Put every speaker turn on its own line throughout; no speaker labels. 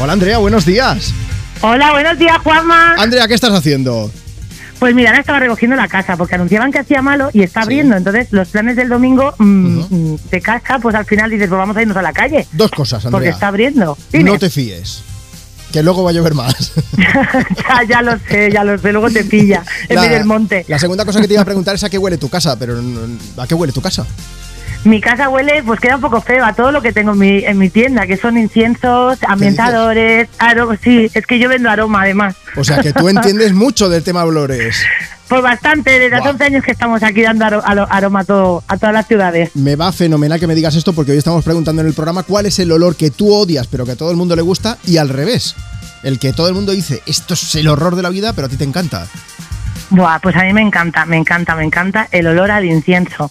Hola Andrea, buenos días.
Hola, buenos días, Juanma.
Andrea, ¿qué estás haciendo?
Pues mira, ahora estaba recogiendo la casa porque anunciaban que hacía malo y está
Sí.
abriendo. Entonces, los planes del domingo mm, mm, de casa, pues al final dices, pues vamos a irnos a la calle
Dos cosas,
porque
Andrea.
está abriendo. Dime.
No te fíes. Que luego va a llover más.
ya, ya lo sé, ya lo sé. Luego te pilla en
La-
medio del monte.
La segunda cosa que te iba a preguntar es a qué huele tu casa, pero no- ¿a qué huele tu casa?
Mi casa huele, pues queda un poco feo a todo lo que tengo en mi, en mi tienda, que son inciensos, ambientadores, aromas. Sí, es que yo vendo aroma además.
O sea, que tú entiendes mucho del tema olores.
Pues bastante, desde hace
Guau.
11 años que estamos aquí dando aro- alo- aroma a, todo, a todas las ciudades.
Me va fenomenal que me digas esto porque hoy estamos preguntando en el programa cuál es el olor que tú odias pero que a todo el mundo le gusta y al revés. El que todo el mundo dice, esto es el horror de la vida, pero a ti te encanta.
Buah, pues a mí me encanta, me encanta, me encanta el olor al incienso.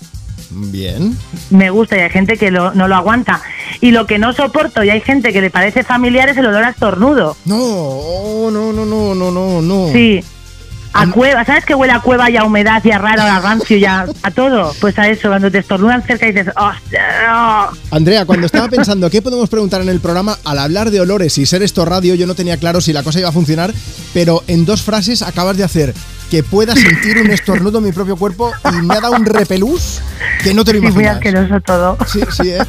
Bien.
Me gusta y hay gente que lo- no lo aguanta. Y lo que no soporto y hay gente que le parece familiar es el olor a estornudo.
No, no, no, no, no, no, no.
Sí. A cueva, ¿sabes que huele a cueva y a humedad y a raro, a rancio y a, a todo? Pues a eso, cuando te estornudan cerca y dices, "Hostia, oh".
Andrea, cuando estaba pensando qué podemos preguntar en el programa, al hablar de olores y ser esto radio, yo no tenía claro si la cosa iba a funcionar, pero en dos frases acabas de hacer que pueda sentir un estornudo en mi propio cuerpo y me ha dado un repelús que no te lo
Sí, muy
imaginas.
asqueroso todo.
Sí, sí, ¿eh?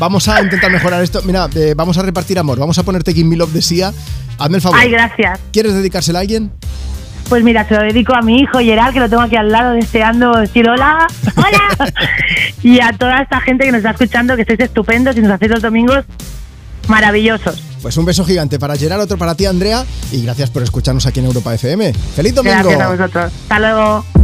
Vamos a intentar mejorar esto. Mira, eh, vamos a repartir amor. Vamos a ponerte Kim Love de Sia. Hazme el favor.
Ay, gracias.
¿Quieres dedicársela a alguien?
Pues mira, se lo dedico a mi hijo Gerard, que lo tengo aquí al lado deseando decir hola, hola. y a toda esta gente que nos está escuchando, que estáis estupendos y nos hacéis los domingos maravillosos.
Pues un beso gigante para Gerard, otro para ti, Andrea. Y gracias por escucharnos aquí en Europa FM. ¡Feliz domingo!
Gracias a vosotros. Hasta luego.